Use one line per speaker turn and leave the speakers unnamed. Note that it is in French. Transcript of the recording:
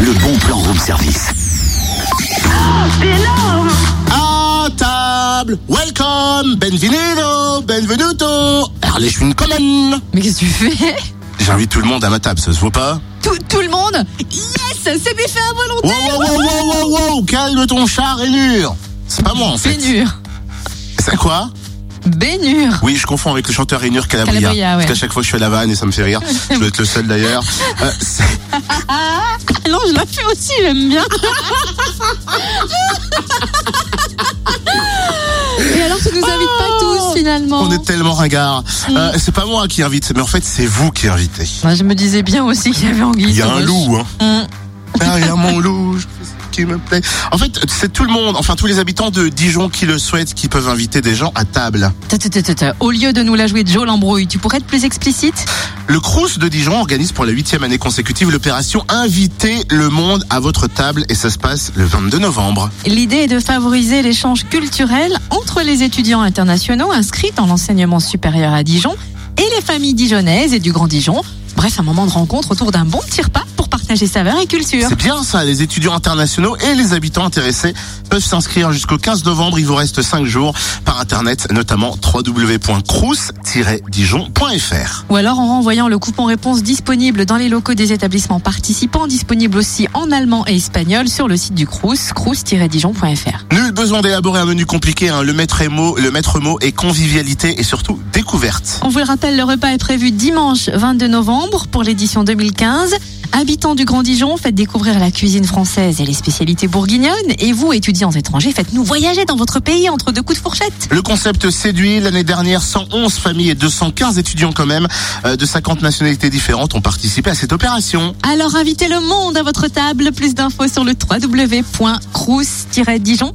Le bon plan room service.
C'est énorme
À table Welcome Benvenido Benvenuto Arlechwin Common
Mais qu'est-ce que tu fais
J'invite tout le monde à ma table, ça se voit pas
tout, tout le monde Yes C'est buffet à volonté
Wow, wow, wow, wow, wow, wow Calme ton char et mur C'est pas moi en fait.
Bénure
C'est quoi
Bénure
Oui, je confonds avec le chanteur Rainure Calabria.
Calabria, ouais.
Parce qu'à chaque fois, je fais la vanne et ça me fait rire. je dois être le seul d'ailleurs. Euh, c'est-
Ah Non, je la fais aussi, j'aime bien Et alors, tu nous invites pas tous finalement
on est tellement ringards. Euh, c'est pas moi qui invite, mais en fait, c'est vous qui invitez.
Moi, je me disais bien aussi qu'il y avait anguille.
Il y a
sous
un
roche.
loup, hein.
Hum.
Derrière mon loup, je fais ce qui me plaît. En fait, c'est tout le monde, enfin tous les habitants de Dijon qui le souhaitent, qui peuvent inviter des gens à table.
Ta, ta, ta, ta, ta. Au lieu de nous la jouer Joe l'embrouille, tu pourrais être plus explicite
Le Crous de Dijon organise pour la huitième année consécutive l'opération Invitez le monde à votre table et ça se passe le 22 novembre.
L'idée est de favoriser l'échange culturel entre les étudiants internationaux inscrits dans l'enseignement supérieur à Dijon et les familles dijonnaises et du Grand Dijon. Bref, un moment de rencontre autour d'un bon petit repas pour partager saveurs et culture.
C'est bien ça, les étudiants internationaux et les habitants intéressés peuvent s'inscrire jusqu'au 15 novembre, il vous reste 5 jours par internet, notamment www.crous-dijon.fr.
Ou alors en renvoyant le coupon réponse disponible dans les locaux des établissements participants, disponible aussi en allemand et espagnol sur le site du Crous, crous-dijon.fr.
Nul besoin d'élaborer un menu compliqué, hein. le maître mot, le maître mot est convivialité et surtout découverte.
On vous le rappelle, le repas est prévu dimanche 22 novembre pour l'édition 2015. Habitants du Grand Dijon, faites découvrir la cuisine française et les spécialités bourguignonnes. Et vous, étudiants étrangers, faites-nous voyager dans votre pays entre deux coups de fourchette.
Le concept séduit. L'année dernière, 111 familles et 215 étudiants quand même euh, de 50 nationalités différentes ont participé à cette opération.
Alors invitez le monde à votre table. Plus d'infos sur le www.crous-dijon.fr.